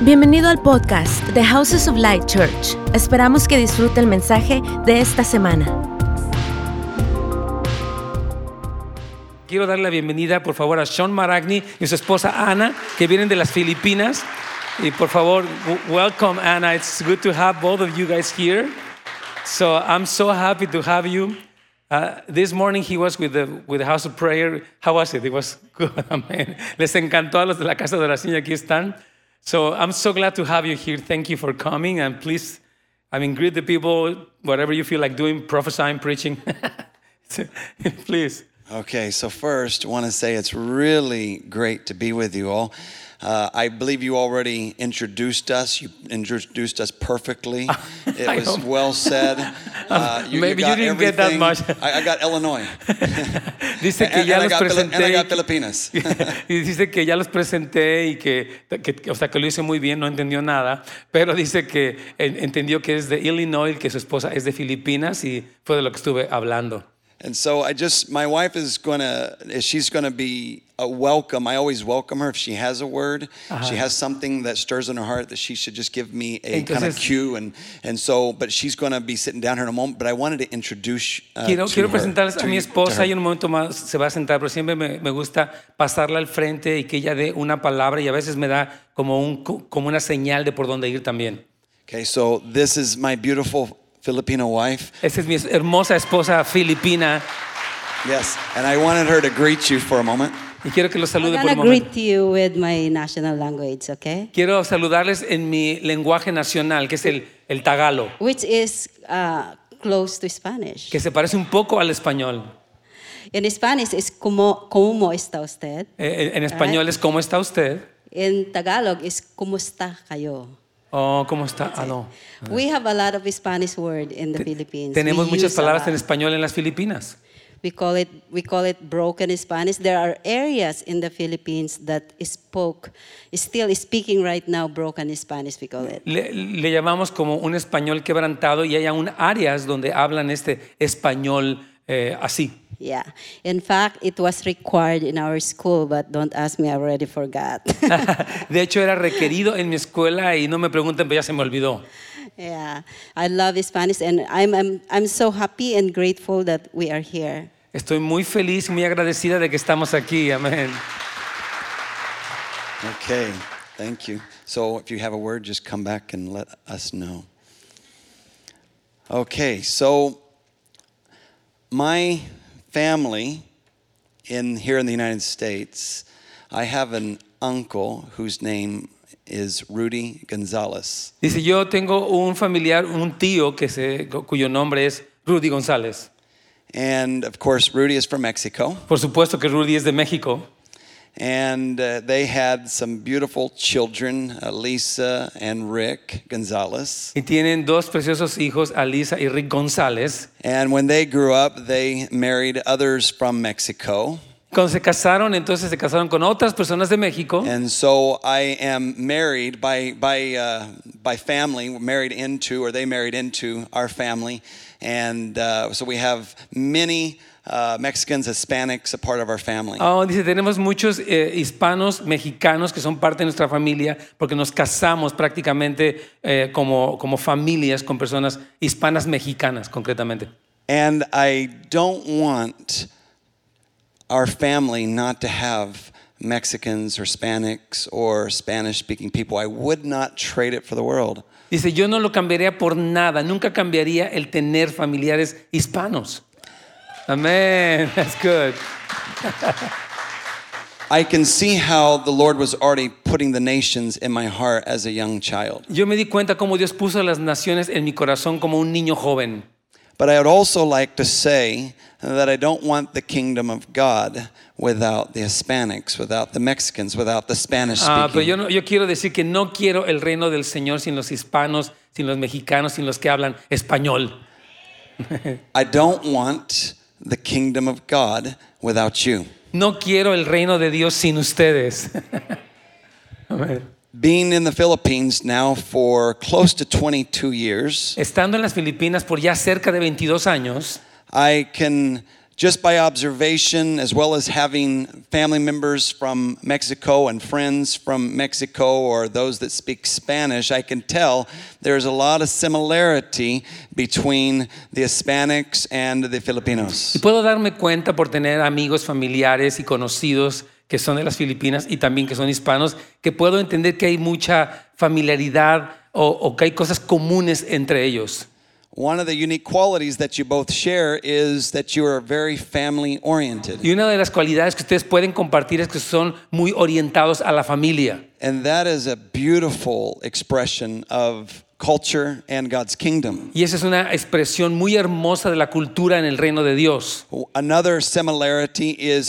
Bienvenido al podcast The Houses of Light Church. Esperamos que disfrute el mensaje de esta semana. Quiero dar la bienvenida, por favor, a Sean Maragni y su esposa Ana, que vienen de las Filipinas. Y por favor, w- welcome, Ana. It's good to have both of you guys here. So I'm so happy to have you. Uh, this morning he was with the, with the House of Prayer. How was it? It was good. Amen. Les encantó a los de la Casa de Oración y aquí están. So I'm so glad to have you here. Thank you for coming. And please, I mean, greet the people, whatever you feel like doing, prophesying, preaching. So, please. Okay, so first, want to say it's really great to be with you all. Uh, I believe you already introduced us. You introduced us perfectly. It I was hope. Um, well said. Uh, Maybe you got didn't get that everything. much. I, I got Illinois, Dice que and, ya and I los got, Fili- and I got presenté. Filipinas. y dice que ya los presenté y que, que- o sea, que lo hice muy bien, no entendió nada, pero dice que en- entendió que es de Illinois, que su esposa es de Filipinas y fue de lo que estuve hablando. And so I just, my wife is gonna, she's gonna be a welcome. I always welcome her if she has a word, Uh-huh. she has something that stirs in her heart that she should just give me a kind of Entonces- cue. And and so, but she's gonna be sitting down here in a moment. But I wanted to introduce. Uh, Quiero, to quiero her, presentarles to a mi you- to her. esposa y en un momento más se va a sentar, pero siempre me, me gusta pasarla al frente y que ella dé una palabra y a veces me da como, un, co- como una señal de por dónde ir también. Okay, so this is my beautiful Filipino wife. Esa es mi es- hermosa esposa filipina Yes, and I wanted her to greet you for a moment. y quiero que los salude I'm por un gonna momento. greet you with my national language, okay? Quiero saludarles en mi lenguaje nacional, que es el, el tagalo, Which is uh, close to Spanish. que se parece un poco al español. In Spanish, it's como, como está usted. Eh, En en español es ¿cómo está usted? In Tagalog, is kumusta kayo. Oh, ¿cómo está? Ah, no. We have a lot of Spanish word in the Philippines. Tenemos We muchas use a palabras en lot. español en las Filipinas. We call it we call it broken Spanish. There are areas in the Philippines that spoke, still speaking right now broken Spanish. We call it. Le, le llamamos como un español quebrantado y hay aún áreas donde hablan este español eh, así. Yeah. In fact, it was required in our school, but don't ask me, I already forgot. De hecho, era requerido en mi escuela y no me pregunten, pero ya se me olvidó. yeah. I love Spanish, and I'm, I'm, I'm so happy and grateful that we are here. Estoy muy feliz, muy agradecida de que estamos aquí. Amén. Okay, thank you. So if you have a word, just come back and let us know. Okay, so my family in here in the United States, I have an uncle whose name is Rudy Gonzalez. Dice, yo tengo un familiar, un tío que se, cu- cuyo nombre es Rudy González. And of course, Rudy is from Mexico. Por supuesto que Rudy es de México. And uh, they had some beautiful children, uh, Lisa and Rick Gonzalez. Y tienen dos preciosos hijos, Alisa y Rick González. And when they grew up, they married others from Mexico. Cuando se casaron, entonces se casaron con otras personas de México. And so I am married by, by, uh, by family, married into, or they married into our family. And uh, so we have many uh, Mexicans, Hispanics, a part of our family. Ah, dice, tenemos muchos eh, hispanos, mexicanos que son parte de nuestra familia porque nos casamos prácticamente eh, como, como familias con personas hispanas mexicanas concretamente. And I don't want our family not to have Mexicans or Hispanics or Spanish speaking people. I would not trade it for the world. Dice, yo no lo cambiaría por nada, nunca cambiaría el tener familiares hispanos. Amén, that's good. I can see how the Lord was already putting the nations in my heart as a young child. Yo me di cuenta cómo Dios puso las naciones en mi corazón como un niño joven. But I would also like to say that I don't want the kingdom of God without the Hispanics, without the Mexicans, without the Spanish Ah, pero yo, speaking. no- yo quiero decir que no quiero el reino del Señor sin los hispanos, sin los mexicanos, sin los que hablan español. I don't want the kingdom of God without you. No quiero el reino de Dios sin ustedes. Amén. Being in the Philippines now for close to 22 years, Estando en las Filipinas por ya cerca de 22 años, I can just by observation, as well as having family members from Mexico and friends from Mexico or those that speak Spanish, I can tell there's a lot of similarity between the Hispanics and the Filipinos. Y puedo darme cuenta por tener amigos, familiares y conocidos que son de las Filipinas y también que son hispanos, que puedo entender que hay mucha familiaridad o, o que hay cosas comunes entre ellos. One of the unique qualities that you both share is that you are very family oriented. Y una de las cualidades que ustedes pueden compartir es que son muy orientados a la familia. And that is a beautiful expression of culture and God's kingdom. Y esa es una expresión muy hermosa de la cultura en el reino de Dios. Another similarity is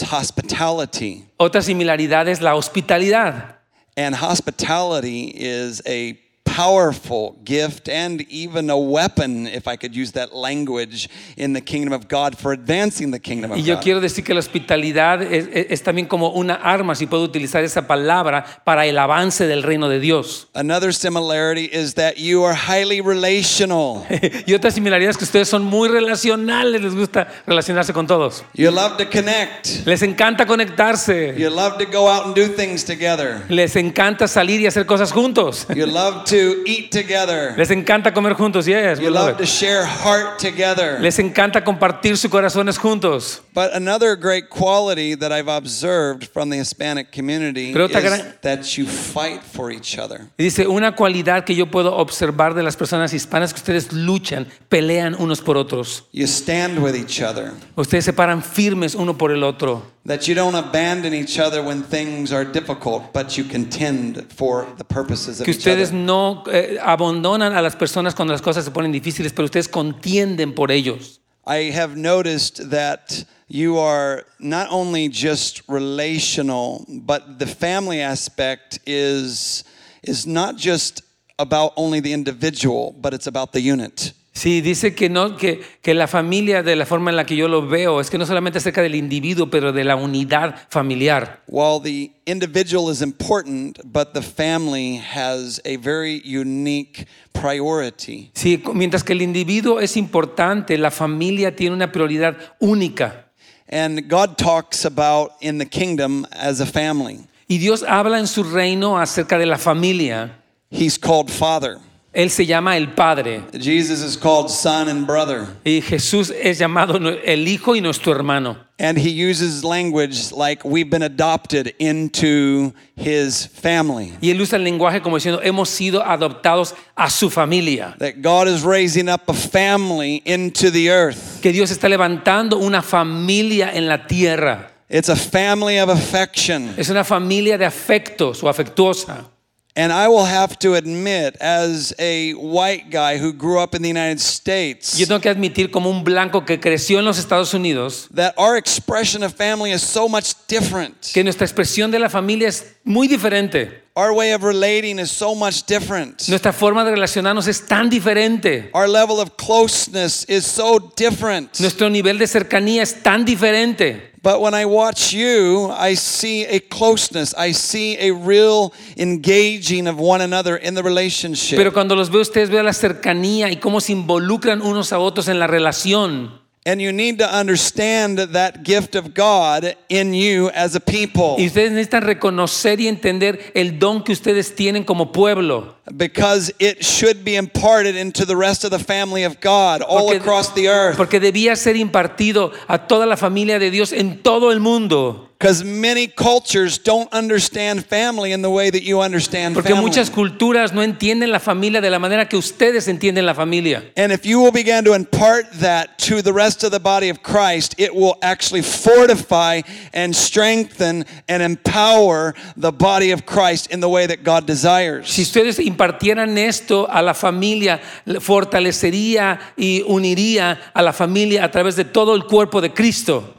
hospitality. Otra similaridad es la hospitalidad. And hospitality is a powerful gift and even a weapon, if I could use that language, in the kingdom of God for advancing the kingdom of Y yo God. quiero decir que la hospitalidad es, es- es también como una arma, si puedo utilizar esa palabra, para el avance del reino de Dios. Another similarity is that you are highly relational. Y otra similaridad es que ustedes son muy relacionales, les gusta relacionarse con todos. You love to connect. Les encanta conectarse, You love to go out and do things together. les encanta salir y hacer cosas juntos, You love to eat together. les encanta comer juntos, yes, we You love love it. to share heart together. les encanta compartir sus corazones juntos. But another great quality that I've observed from the Hispanic community Pero otra is gran- that you fight for each other. Y dice, una cualidad que yo puedo observar de las personas hispanas es que ustedes luchan, pelean unos por otros. You stand with each other. Ustedes se paran firmes uno por el otro. That you don't abandon each other when things are difficult, but you contend for the purposes of Que each ustedes other. no eh, abandonan a las personas cuando las cosas se ponen difíciles, pero ustedes contienden por ellos. I have noticed that you are not only just relational, but the family aspect is is not just about only the individual, but it's about the unit. Sí, dice que, no, que, que la familia, de la forma en la que yo lo veo, es que no solamente acerca del individuo, pero de la unidad familiar. While the individual is important, but the family has a very unique priority. Sí, mientras que el individuo es importante, la familia tiene una prioridad única. And God talks about in the kingdom as a family. Y Dios habla en su reino acerca de la familia. He's called Father. Él se llama el Padre. Jesus is called Son and Brother. Y Jesús es llamado nu- el Hijo y nuestro hermano. And he uses language like we've been adopted into his family. Y él usa el lenguaje como diciendo, hemos sido adoptados a su familia. That God is raising up a family into the earth. Que Dios está levantando una familia en la tierra. It's a family of affection. Es una familia de afectos o afectuosa. And I will have to admit, as a white guy who grew up in the United States, Yo tengo que admitir como un blanco que creció en los Estados Unidos, that our expression of family is so much different. que nuestra expresión de la familia es muy diferente. Our way of relating is so much different. Nuestra forma de relacionarnos es tan diferente. Our level of closeness is so different. Nuestro nivel de cercanía es tan diferente. But when I watch you, I see a closeness. I see a real engaging of one another in the relationship. Pero cuando los veo a ustedes veo la cercanía y cómo se involucran unos a otros en la relación. and you need to understand that gift of God in you as a people. Y ustedes necesitan reconocer y entender el don que ustedes tienen como pueblo. Because it should be imparted into the rest of the family of God all Porque- across the earth. Porque debía ser impartido a toda la familia de Dios en todo el mundo. Because many cultures don't understand family in the way that you understand Porque family. muchas culturas no entienden la familia de la manera que ustedes entienden la familia. And if you will begin to impart that to the rest of the body of Christ, it will actually fortify and strengthen and empower the body of Christ in the way that God Si desires. ustedes impartieran esto a la familia, fortalecería y uniría a la familia a través de todo el cuerpo de Cristo.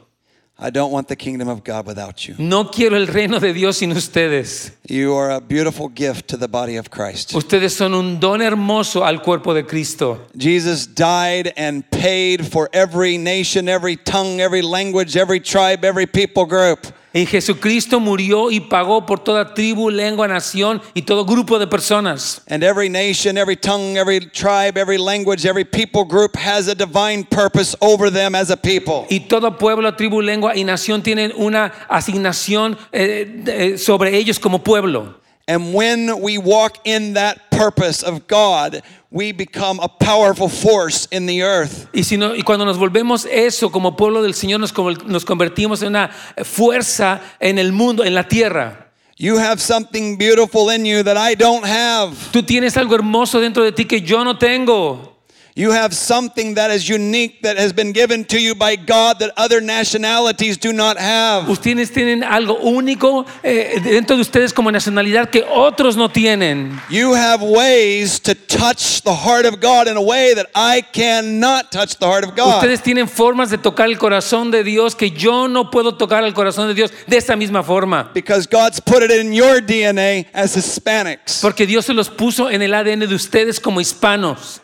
I don't want the kingdom of God without you. No quiero el reino de Dios sin ustedes. You are a beautiful gift to the body of Christ. Ustedes son un don hermoso al cuerpo de Cristo. Jesus died and paid for every nation, every tongue, every language, every tribe, every people group. Y En Jesucristo murió y pagó por toda tribu, lengua, nación y todo grupo de personas. And every nation, every tongue, every tribe, every language, every people group has a divine purpose over them as a people. Y todo pueblo, tribu, lengua y nación tienen una asignación eh, de- eh, sobre ellos como pueblo. And when we walk in that purpose of God, we become a powerful force in the earth. Y, si no- y cuando nos volvemos eso como pueblo del Señor, nos, conv- nos convertimos en una fuerza en el mundo, en la tierra. You have something beautiful in you that I don't have. Tú tienes algo hermoso dentro de ti que yo no tengo. You have something that is unique that has been given to you by God that other nationalities do not have. Ustedes tienen algo único eh, dentro de ustedes como nacionalidad que otros no tienen. You have ways to touch the heart of God in a way that I cannot touch the heart of God. Ustedes tienen formas de tocar el corazón de Dios que yo no puedo tocar el corazón de Dios de esa misma forma. Because God's put it in your DNA as Hispanics. Porque Dios se los puso en el ADN de ustedes como hispanos.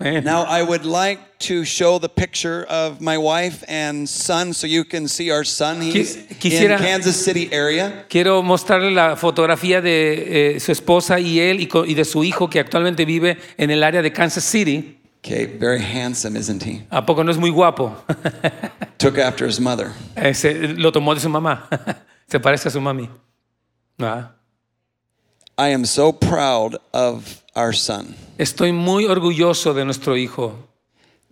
Amén. Now, I would like to show the picture of my wife and son so you can see our son. He's quisiera- in Kansas City area. Quiero mostrarle la fotografía de eh, su esposa y él y, co- y de su hijo que actualmente vive en el área de Kansas City. Okay, very handsome, isn't he? ¿A poco no es muy guapo? Took after his mother. Eh, se- lo tomó de su mamá. se parece a su mami. Ah. I am so proud of our son. Estoy muy orgulloso de nuestro hijo.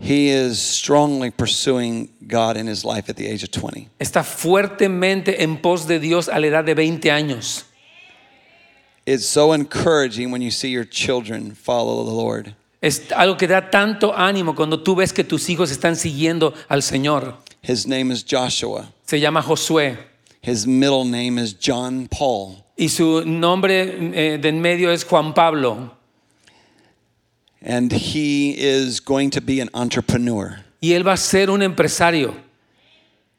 He is strongly pursuing God in his life at the age of 20. Está fuertemente en pos de Dios a la edad de 20 años. It's so encouraging when you see your children follow the Lord. Es algo que da tanto ánimo cuando tú ves que tus hijos están siguiendo al Señor. His name is Joshua. Se llama Josué His middle name is John Paul. y su nombre eh, de en medio es Juan Pablo. And he is going to be an entrepreneur. Y él va a ser un empresario.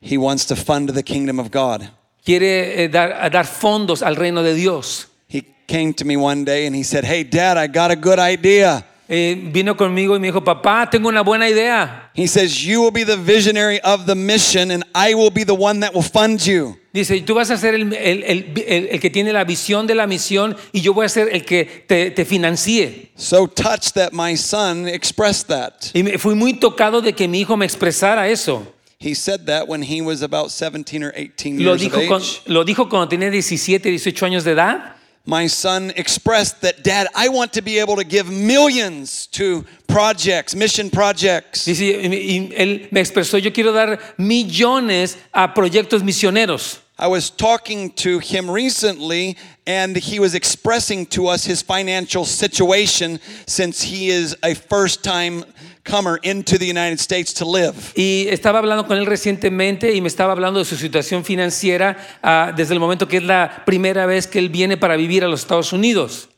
He wants to fund the kingdom of God. Quiere eh, dar, a dar fondos al reino de Dios. He came to me one day and he said, Hey, Dad, I got a good idea. Eh, vino conmigo y me dijo, papá, tengo una buena idea. He says, You will be the visionary of the mission, and I will be the one that will fund you. Dice, tú vas a ser el, el- el- el- el que tiene la visión de la misión y yo voy a ser el que te, te financie. So touched that my son expressed that. Y me- fui muy tocado de que mi hijo me expresara eso. He said that when he was about 17 or 18 Lo years of dijo, con- age. lo dijo cuando tenía 17, 18 años de edad. My son expressed that, Dad, I want to be able to give millions to projects, mission projects. Dice, y, y él me expresó, yo quiero dar millones a proyectos misioneros. I was talking to him recently, and he was expressing to us his financial situation since he is a first time comer into the United States to live. Y estaba hablando con él recientemente y me estaba hablando de su situación financiera ah, desde el momento que es la primera vez que él viene para vivir a los Estados Unidos.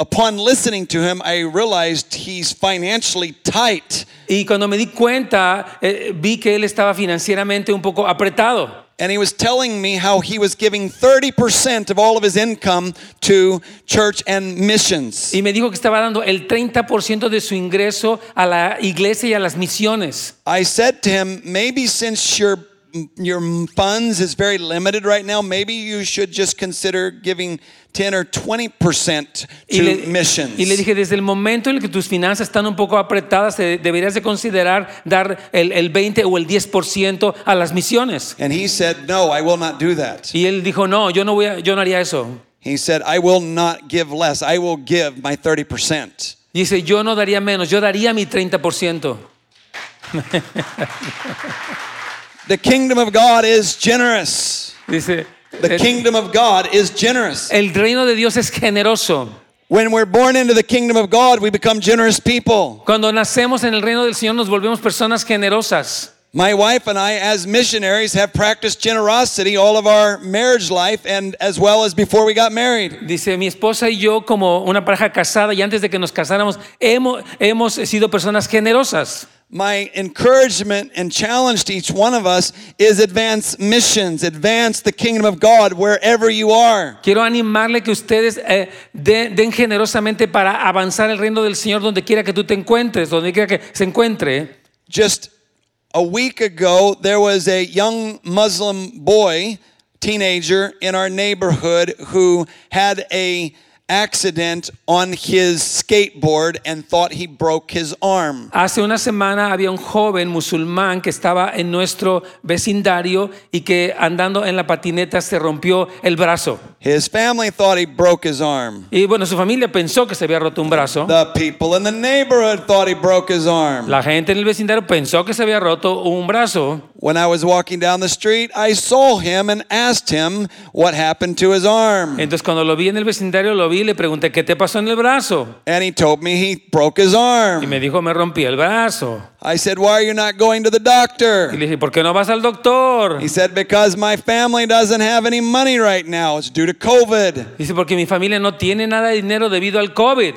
Upon listening to him, I realized he's financially tight, Y cuando me di cuenta, eh, vi que él estaba financieramente un poco apretado. and he was telling me how he was giving 30% of all of his income to church and missions. Y me dijo que estaba dando el 30% de su ingreso a la iglesia y a las misiones. I said to him, maybe since your your funds is very limited right now, maybe you should just consider giving 10 or 20% Y to le, missions. y le dije, desde el momento en el que tus finanzas están un poco apretadas, te- deberías de considerar dar el, el 20 o el 10% a las misiones. and he said, "No, I will not do that." Y él dijo, no, yo no, voy a- yo no haría eso. He said, "I will not give less. I will give my 30%." Y dice, yo no daría menos, yo daría mi 30%. The kingdom of God is generous. Dice, The "El- kingdom of God is generous. el reino de Dios es generoso. When we're born into the kingdom of God, we become generous people. Cuando nacemos en el reino del Señor nos volvemos personas generosas. My wife and I, as missionaries, have practiced generosity all of our marriage life and as well as before we got married. Dice, mi esposa y yo como una pareja casada y antes de que nos casáramos hemos, hemos sido personas generosas. My encouragement and challenge to each one of us is advance missions, advance the kingdom of God wherever you are. Quiero animarle que ustedes eh, de- den generosamente para avanzar el reino del Señor donde quiera que tú te encuentres, donde quiera que se encuentre. Just a week ago, there was a young Muslim boy, teenager in our neighborhood who had a accident on his skateboard and thought he broke his arm. Hace una semana había un joven musulmán que estaba en nuestro vecindario y que andando en la patineta se rompió el brazo. His family thought he broke his arm. Y bueno, su familia pensó que se había roto un brazo. The people in the neighborhood thought he broke his arm. La gente en el vecindario pensó que se había roto un brazo. When I was walking down the street, I saw him and asked him what happened to his arm. Entonces cuando lo vi en el vecindario, lo vi y le pregunté, ¿qué te pasó en el brazo? And he told me he broke his Y arm. me dijo, me rompí el brazo. I said, Why are you not going to the Y doctor? le dije, ¿por qué no vas al doctor? He said, Because my family doesn't have any money right now. It's due to COVID. Dice, porque mi familia no tiene nada de dinero debido al COVID.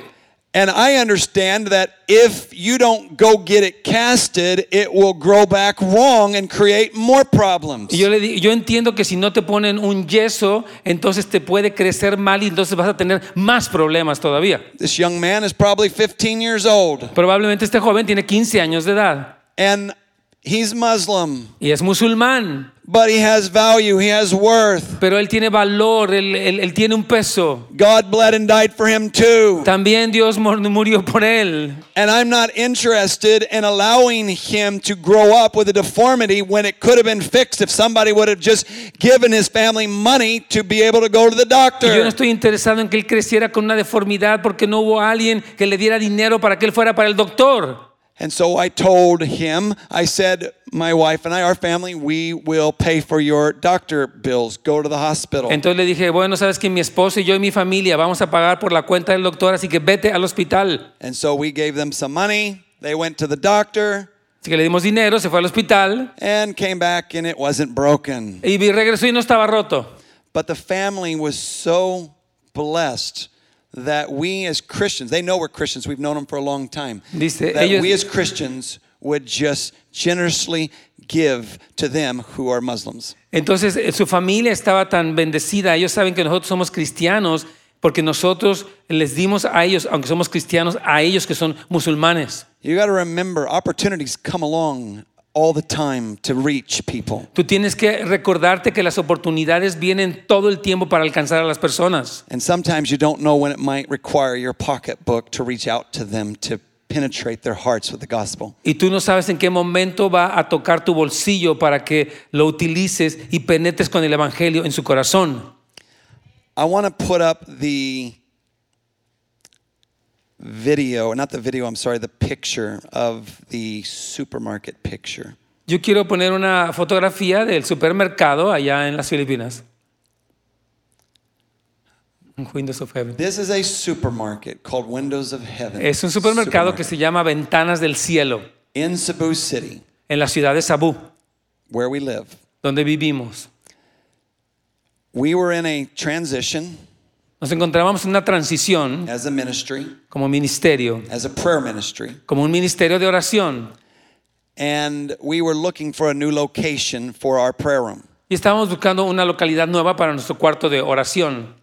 And I understand that if you don't go get it casted, it will grow back wrong and create more problems. Y yo, le di- yo entiendo que si no te ponen un yeso, entonces te puede crecer mal y entonces vas a tener más problemas todavía. This young man is probably 15 years old Probablemente este joven tiene 15 años de edad and he's Muslim, y es musulmán, but he has value, he has worth. pero él tiene valor, él, él- él tiene un peso. God bled and died for him too. También Dios mor- murió por él. And I'm not interested in allowing him to grow up with a deformity when it could have been fixed if somebody would have just given his family money to be able to go to the Y yo no doctor. estoy interesado en que él creciera con una deformidad porque no hubo alguien que le diera dinero para que él fuera para el doctor. And so I told him, I said, my wife and I, our family, we will pay for your doctor bills. Go to the hospital. Entonces le dije, bueno, sabes que mi esposo y yo y mi familia vamos a pagar por la cuenta del doctor, así que vete al hospital. And so we gave them some money. They went to the doctor Así que le dimos dinero, se fue al hospital and came back and it wasn't broken. y vi- regresó y no estaba roto. But the family was so blessed that we as Christians, they know we're Christians, we've known them for a long time, Dice, that ellos- we as Christians would just generously give to them who are Muslims. Entonces eh, su familia estaba tan bendecida, ellos saben que nosotros somos cristianos porque nosotros les dimos a ellos, aunque somos cristianos, a ellos que son musulmanes. You got to remember, opportunities come along all the time to reach people. Tú tienes que recordarte que las oportunidades vienen todo el tiempo para alcanzar a las personas. And sometimes you don't know when it might require your pocketbook to reach out to them to penetrate their hearts with the gospel. Y tú no sabes en qué momento va a tocar tu bolsillo para que lo utilices y penetres con el Evangelio en su corazón. I want to put up the video, not the video, I'm sorry, the picture of the supermarket picture. Yo quiero poner una fotografía del supermercado allá en las Filipinas. Un Windows of Heaven. This is a supermarket called Windows of Heaven. Es un supermercado que se llama Ventanas del Cielo, in Cebu City, en la ciudad de Sabú, where we live. donde vivimos. We were in a transition Nos encontrábamos en una transición as a ministry, como ministerio, as a prayer ministry, como un ministerio de oración. and we were looking for a new location for our prayer room. Y estábamos buscando una localidad nueva para nuestro cuarto de oración.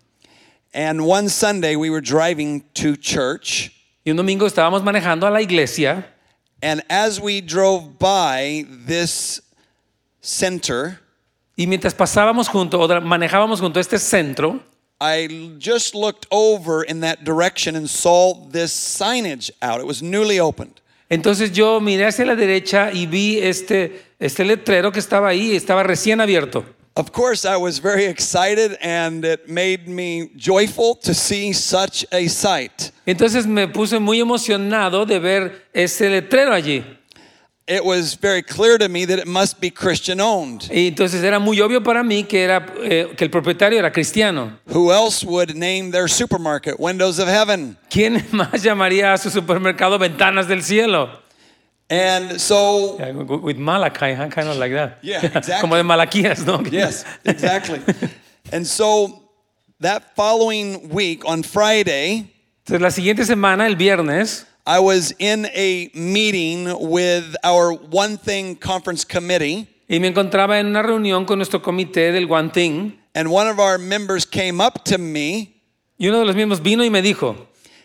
And one Sunday we were driving to church, Y un domingo estábamos manejando a la iglesia and as we drove by this center, y mientras pasábamos junto, o manejábamos junto a este centro, I l- just looked over in that direction and saw this signage out. It was newly opened. entonces yo miré hacia la derecha y vi este, este letrero que estaba ahí, estaba recién abierto. Of course, I was very excited, and it made me joyful to see such a sight. Entonces me puse muy emocionado de ver ese letrero allí. It was very clear to me that it must be Christian owned. Y entonces era muy obvio para mí que, era, eh, que el propietario era cristiano. Who else would name their supermarket Windows of Heaven? ¿Quién más llamaría a su supermercado Ventanas del Cielo? And so Yeah, wi- with Malachi, huh? kind of like that. Yeah, exactly. Como de Malaquías, ¿no? Yes, exactly. and so that following week on Friday, Entonces, la siguiente semana, el viernes, I was in a meeting with our One Thing Conference Committee, y me encontraba en una reunión con nuestro comité del One Thing, and one of our members came up to me y uno de los mismos vino y me dijo,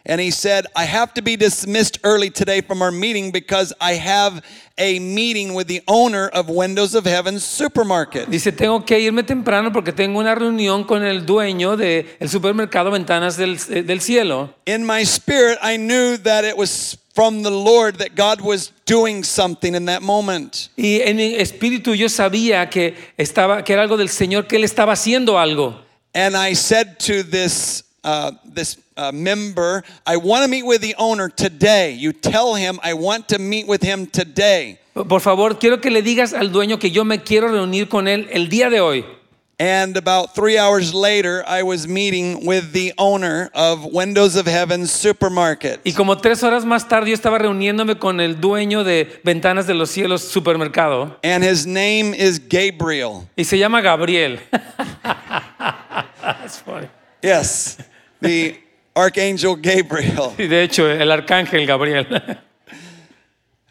And he said, I have to be dismissed early today from our meeting because I have a meeting with the owner of Windows of Heaven supermarket. Dice, tengo que irme temprano porque tengo una reunión con el dueño del supermercado Ventanas del, eh, del Cielo. In my spirit, I knew that it was from the Lord that God was doing something in that moment. Y en mi espíritu yo sabía que, estaba, que era algo del Señor, que Él estaba haciendo algo. And I said to this uh, this uh, member, I want to meet with the owner today. You tell him I want to meet with him today. Por favor, quiero que le digas al dueño que yo me quiero reunir con él el día de hoy. And about three hours later, I was meeting with the owner of Windows of Heaven supermarket. Y como tres horas más tarde yo estaba reuniéndome con el dueño de Ventanas de los Cielos Supermercado And his name is Gabriel. y se llama Gabriel. That's funny. Yes, the Archangel Gabriel. Y de hecho, el arcángel Gabriel.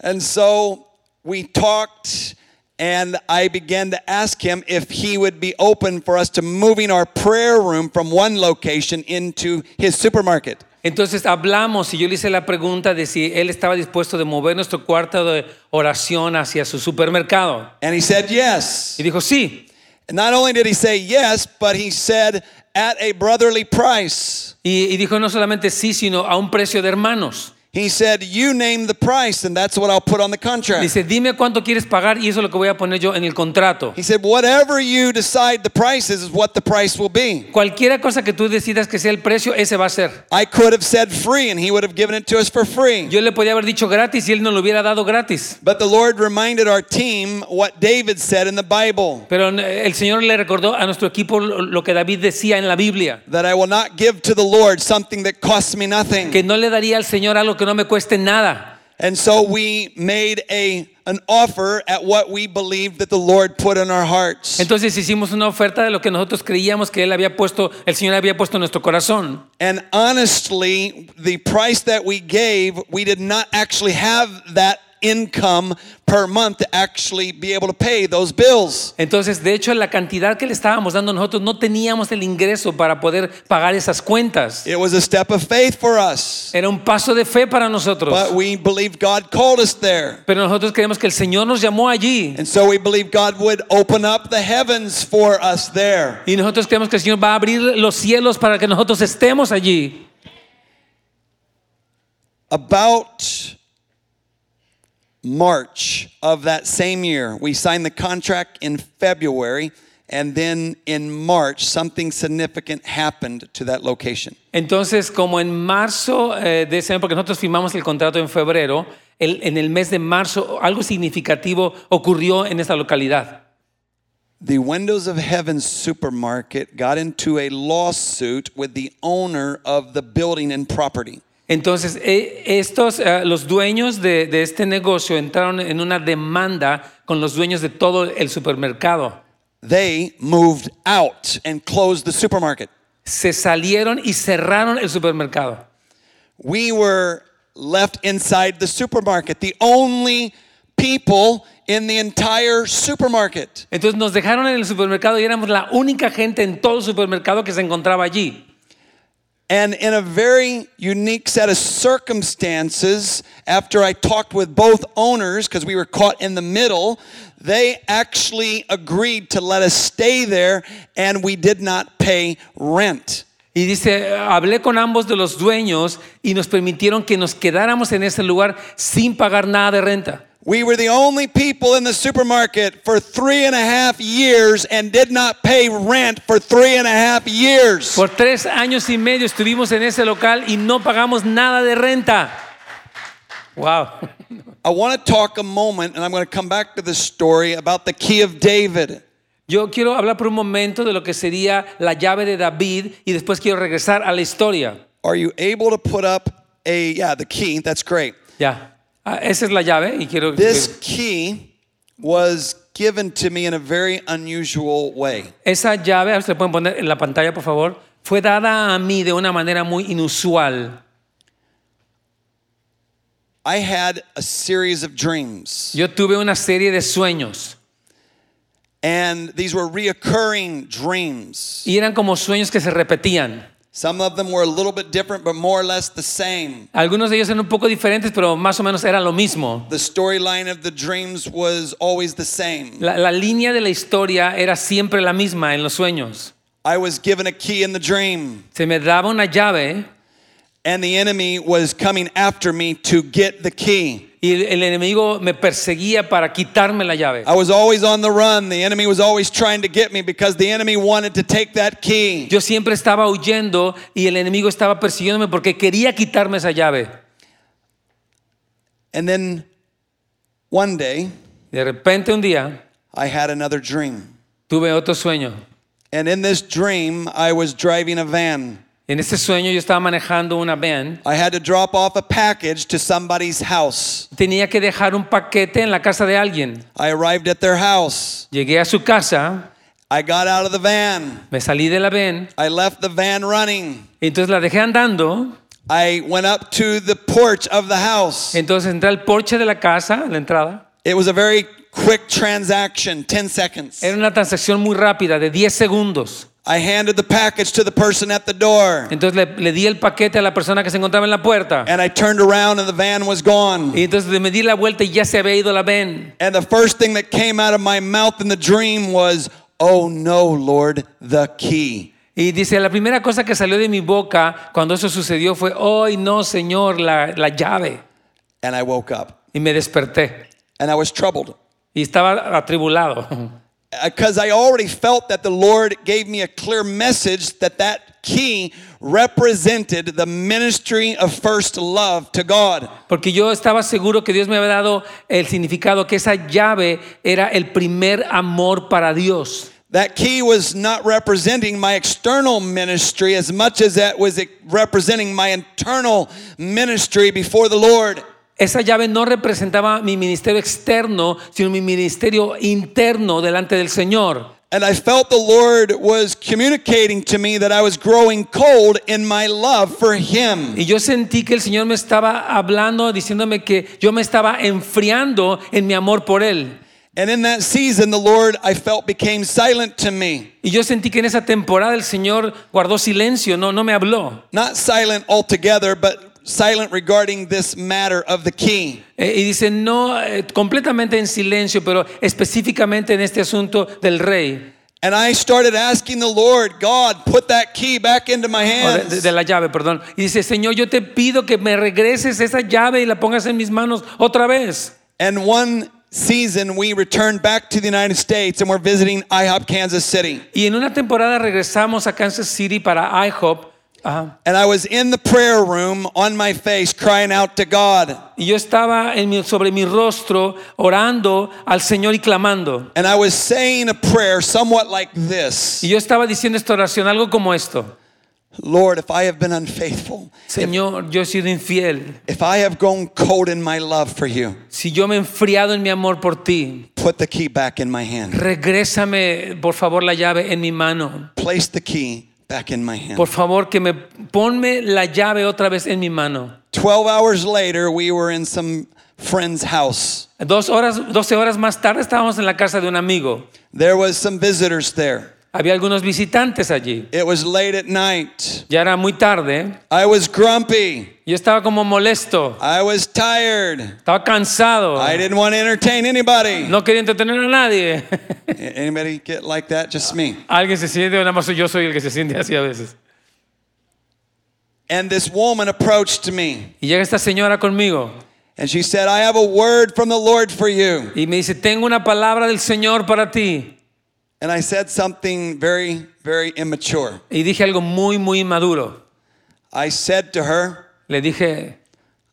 And so we talked, and I began to ask him if he would be open for us to moving our prayer room from one location into his supermarket. Entonces hablamos y yo le hice la pregunta de si él estaba dispuesto de mover nuestro cuarto de oración hacia su supermercado. And he said yes. Y dijo, sí. And not only did he say yes, but he said at a brotherly price. Y, y dijo no solamente sí, sino a un precio de hermanos. He said, You name the price, and that's what I'll put on the contract. Dice, dime cuánto quieres pagar y eso es lo que voy a poner yo en el contrato. He said, Whatever you decide the price is, is what the price will be. Cualquiera cosa que tú decidas que sea el precio, ese va a ser. I could have said free, and he would have given it to us for free. Yo le podía haber dicho gratis y él no lo hubiera dado gratis. But the Lord reminded our team what David said in the Bible Pero eh, el Señor le recordó a nuestro equipo lo lo que David decía en la Biblia, that I will not give to the Lord something that costs me nothing. que no le daría al Señor algo que no me cueste nada. And so we made a an offer at what we believed that the Lord put in our hearts. Entonces hicimos una oferta de lo que nosotros creíamos que él había puesto, el Señor había puesto en nuestro corazón. And honestly, the price that we gave, we did not actually have that income per month to actually be able to pay those bills. Entonces, de hecho, la cantidad que le estábamos dando nosotros no teníamos el ingreso para poder pagar esas cuentas. It was a step of faith for us. Era un paso de fe para nosotros. But we believed God called us there. Pero nosotros creemos que el Señor nos llamó allí. And so we believe God would open up the heavens for us there. Y nosotros creemos que el Señor va a abrir los cielos para que nosotros estemos allí. About March of that same year, we signed the contract in February, and then in March, something significant happened to that location. Entonces, como en marzo eh, de ese año, porque nosotros firmamos el contrato en febrero, el- en el mes de marzo algo significativo ocurrió en esta localidad. The Windows of Heaven supermarket got into a lawsuit with the owner of the building and property. Entonces, eh, estos, eh, los dueños de, de este negocio entraron en una demanda con los dueños de todo el supermercado. They moved out and closed the supermarket. Se salieron y cerraron el supermercado. we were left inside the supermarket, the only people in the entire supermarket. Entonces nos dejaron en el supermercado y éramos la única gente en todo el supermercado que se encontraba allí. And in a very unique set of circumstances, after I talked with both owners, because we were caught in the middle, they actually agreed to let us stay there and we did not pay rent. Y dice, hablé con ambos de los dueños y nos permitieron que nos quedáramos en ese lugar sin pagar nada de renta. We were the only people in the supermarket for three and a half years and did not pay rent for three and a half years. Por tres años y medio estuvimos en ese local y no pagamos nada de renta. Wow. I want to talk a moment, and I'm going to come back to this story about the key of David. Yo quiero hablar por un momento de lo que sería la llave de David y después quiero regresar a la historia. Are you able to put up a, yeah, the key? That's great. Ya. Ah, Esa es la llave y quiero This key was given to me in a very unusual way. Esa llave, a ver si le pueden poner en la pantalla, por favor, fue dada a mí de una manera muy inusual. I had a series of dreams, Yo tuve una serie de sueños and these were reoccurring dreams. y eran como sueños que se repetían. Some of them were a little bit different, but more or less the same. Algunos de ellos eran un poco diferentes, pero más o menos era lo mismo. The storyline of the dreams was always the same. La, la línea de la historia era siempre la misma en los sueños. I was given a key in the dream, Se me daba una llave and the enemy was coming after me to get the key. y el, el enemigo me perseguía para quitarme la llave. I was always on the run. The enemy was always trying to get me because the enemy wanted to take that key. Yo siempre estaba huyendo y el enemigo estaba persiguiéndome porque quería quitarme esa llave. And then one day, De repente un día I had another dream. tuve otro sueño. And in this dream, I was driving a van. En ese sueño yo estaba manejando una van. I had to drop off a package to somebody's house. Tenía que dejar un paquete en la casa de alguien. I arrived at their house. Llegué a su casa, I got out of the van. me salí de la van, I left the van running. entonces la dejé andando. I went up to the porch of the house. Entonces entré al porche de la casa, a la entrada. It was a very quick transaction 10 seconds. Era una transacción muy rápida, de 10 segundos. I handed the package to the person at the door. Entonces le, le di el paquete a la persona que se encontraba en la puerta. And I turned around and the van was gone. Y entonces me di la vuelta y ya se había ido la van. And the first thing that came out of my mouth in the dream was, Oh no, Lord, the key. Y dice, la primera cosa que salió de mi boca cuando eso sucedió fue, ¡ay no, Señor, la, la llave! And I woke up Y me desperté. and I was troubled Y estaba atribulado. because I already felt that the Lord gave me a clear message that that key represented the ministry of first love to God. Porque yo estaba seguro que Dios me había dado el significado, que esa llave era el primer amor para Dios. That key was not representing my external ministry as much as that was representing my internal ministry before the Lord. Esa llave no representaba mi ministerio externo, sino mi ministerio interno delante del Señor. And I felt the Lord was communicating to me that I was growing cold in my love for Him. Y yo sentí que el Señor me estaba hablando, diciéndome que yo me estaba enfriando en mi amor por Él. And in that season, the Lord, I felt, became silent to me. Y yo sentí que en esa temporada el Señor guardó silencio, no, no me habló. Not silent altogether, but silent regarding this matter of the key. Eh, y dice, no, eh, completamente en silencio, pero específicamente en este asunto del rey, And I started asking the Lord, God, put that key back into o my de, de- hands. de la llave, perdón. Y dice, Señor, yo te pido que me regreses esa llave y la pongas en mis manos otra vez. And one season, we returned back to the United States and we're visiting IHOP Kansas City. Y en una temporada regresamos a Kansas City para IHOP. Ajá. And I was in the prayer room on my face crying out to God. Y yo estaba en mi- sobre mi rostro orando al Señor y clamando. And I was saying a prayer somewhat like this Y yo estaba diciendo esta oración, algo como esto. Lord, if I have been unfaithful, Señor, yo he sido infiel. if I have gone cold in my love for you, Si yo me he enfriado en mi amor por ti, put the key back in my hand. regrésame por favor la llave en mi mano. Place the key back in my hand. Por favor que me ponme la llave otra vez en mi mano. 12 hours later, we were in some friend's house. Dos horas, 12 horas más tarde estábamos en la casa de un amigo. There was some visitors there. Había algunos visitantes allí. It was late at night. Ya era muy tarde. I was grumpy. Yo estaba como molesto. I was tired. Estaba cansado. I didn't want to entertain anybody. Oh. No quería entretener a nadie. A- Anybody get like that? Just me. Alguien se siente, nada más yo soy el que se siente así a veces. And this woman approached me Y llega esta señora conmigo and she said, I have a word from the Lord for you. y me dice, tengo una palabra del Señor para ti. And I said something very, very immature. Y dije algo muy, muy inmaduro. I said to her, Le dije,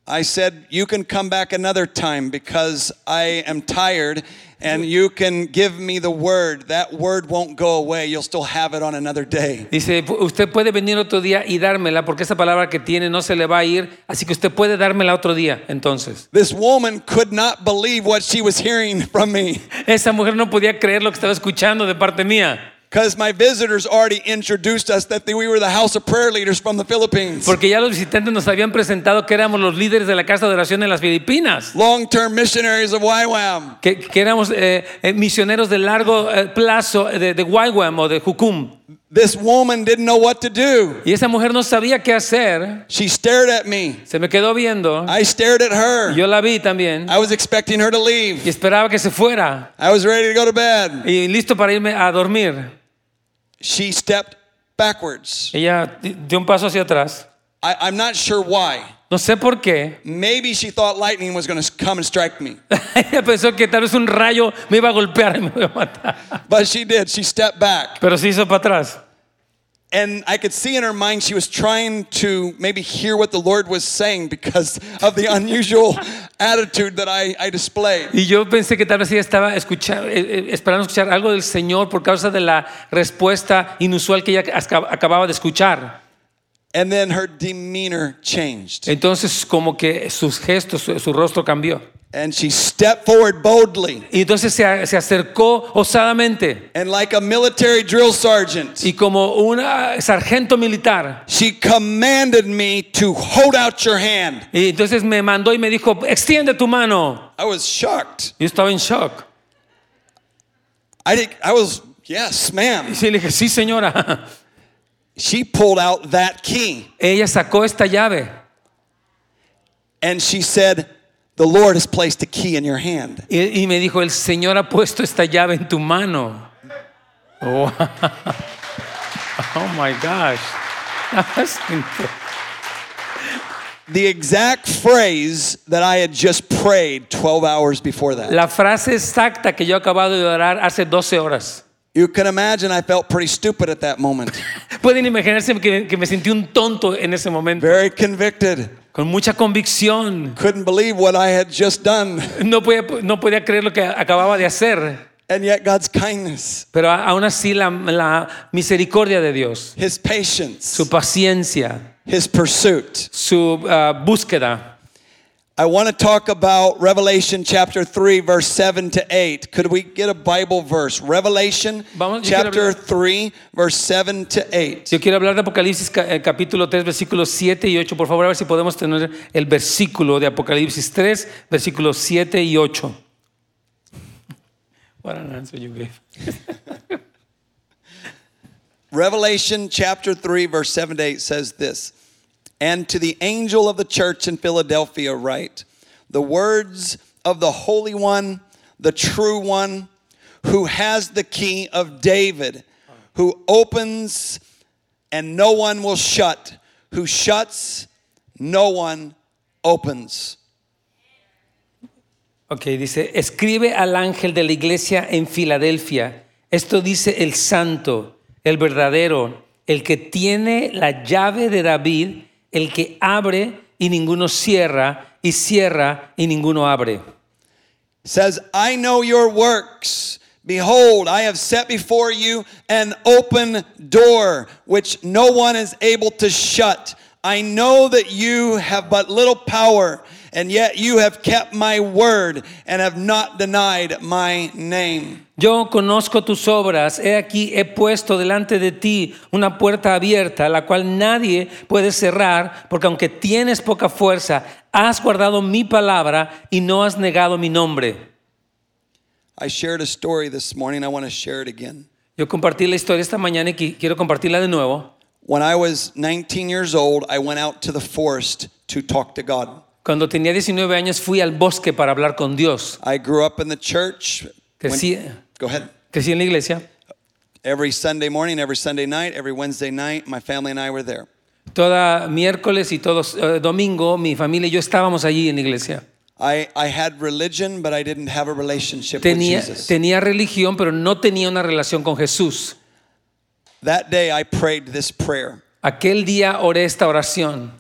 I said, you can come back another time because I am tired and you can give me the word. That word won't go away. You'll still have it on another day. dice, usted puede venir otro día y dármela porque esa palabra que tiene no se le va a ir, así que usted puede dármela otro día. Entonces, This woman could not believe what she was hearing from me esa mujer no podía creer lo que estaba escuchando de parte mía. because my visitors already introduced us that we were the house of prayer leaders from the Philippines. Porque ya los visitantes nos habían presentado que éramos los líderes de la Casa de Oración en las Filipinas. Long term missionaries of YWAM. que, que éramos eh, eh, misioneros de largo eh, plazo eh, de, de Guayguam o de Jucum. This woman didn't know what to do. Y esa mujer no sabía qué hacer. She stared at me. Se me quedó viendo. I stared at Y her. Yo la vi también. I was expecting her to Y leave. esperaba que se fuera. I was ready to go to bed. Y listo para irme a dormir. She stepped backwards. Ella di- dio un paso hacia atrás. I, I'm not sure why. No sé por qué. Maybe she thought lightning was going to come and strike me, Ella pensó que tal vez un rayo me iba a golpear y me iba a matar. but she did. She stepped back. Pero se hizo para atrás. And I could see in her mind she was trying to maybe hear what the Lord was saying because of the unusual attitude that I, I displayed. Y yo pensé que tal vez ella estaba escucha- eh, eh, esperando escuchar algo del Señor por causa de la respuesta inusual que ella aca- acababa de escuchar. And then her demeanor changed. Entonces como que sus gestos, su, su rostro cambió. And she stepped forward boldly. Y entonces se, a- se acercó osadamente And like a military drill sergeant, y como un ah, sargento militar. she commanded me to hold out your hand. Y entonces me mandó y me dijo, extiende tu mano. I was shocked. Yo estaba en shock. I, did, I was, yes, Y ma'am. sí, le dije, sí señora. She pulled out that key Ella sacó esta llave and she said, The Lord has placed a key in your hand. y, y me dijo, el Señor ha puesto esta llave en tu mano. Oh, oh my gosh. That was incredible. The exact phrase that I had just prayed 12 hours before that. La frase exacta que yo he acabado de orar hace 12 horas. You can imagine I felt pretty stupid at that moment, Pueden imaginarse que, que me sentí un tonto en ese momento, very convicted, con mucha convicción. couldn't believe what I had just done. No podía, no podía creer lo que acababa de hacer, And yet, God's kindness, pero a- aún así la, la misericordia de Dios, His patience, su paciencia, His pursuit. su ah, búsqueda, I want to talk about Revelation chapter 3, verse 7 to 8. Could we get a Bible verse? Revelation Vamos, yo quiero chapter hablar- 3, verse 7 to 8. Yo quiero hablar de Apocalipsis ca- eh, capítulo 3, versículos 7 y 8. Por favor, a ver si podemos tener el versículo de Apocalipsis 3, versículos 7 y 8. What an answer you gave. Revelation chapter 3, verse 7 to 8 says this And to the angel of the church in Philadelphia, write the words of the Holy One, the true One, who has the key of David, who opens and no one will shut, who shuts, no one opens. Ok, dice, escribe al ángel de la iglesia en Filadelfia. Esto dice el santo, el verdadero, el que tiene la llave de David, el que abre y ninguno cierra, y cierra y ninguno abre. says, I know your works. Behold, I have set before you an open door which no one is able to shut. I know that you have but little power, and yet you have kept my word and have not denied my name. Yo conozco tus obras, he aquí he puesto delante de ti una puerta abierta, la cual nadie puede cerrar, porque aunque tienes poca fuerza, has guardado mi palabra y no has negado mi nombre. I shared a story this morning. I want to share it again. Yo compartí la historia esta mañana y qui- quiero compartirla de nuevo. When I was 19 years old, I went out to the forest to talk to God. Cuando tenía 19 años fui al bosque para hablar con Dios. I grew up in the church. When- Crecí, go ahead. crecí en la iglesia. Every Sunday morning, every Sunday night, every Wednesday night, my family and I were there. Toda miércoles y todo domingo mi familia y yo estábamos allí en la iglesia. I, I had religion, but I didn't have a relationship Tenía, with Jesus. tenía religión, pero no tenía una relación con Jesús. that day, I prayed this prayer Aquel día oré esta oración.